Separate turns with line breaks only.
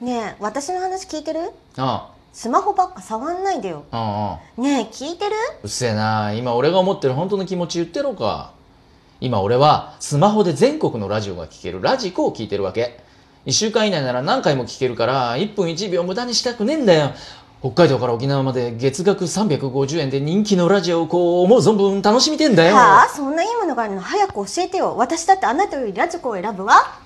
ねえ私の話聞いてる
あ
スマホばっか触んないでよ
あああ
ねえ聞いてる
うっせえな今俺が思ってる本当の気持ち言ってろか今俺はスマホで全国のラジオが聴けるラジコを聴いてるわけ1週間以内なら何回も聴けるから1分1秒無駄にしたくねえんだよ北海道から沖縄まで月額350円で人気のラジオをこう思う存分楽しみてんだよ
はあそんないいものがあるの早く教えてよ私だってあなたよりラジコを選ぶわ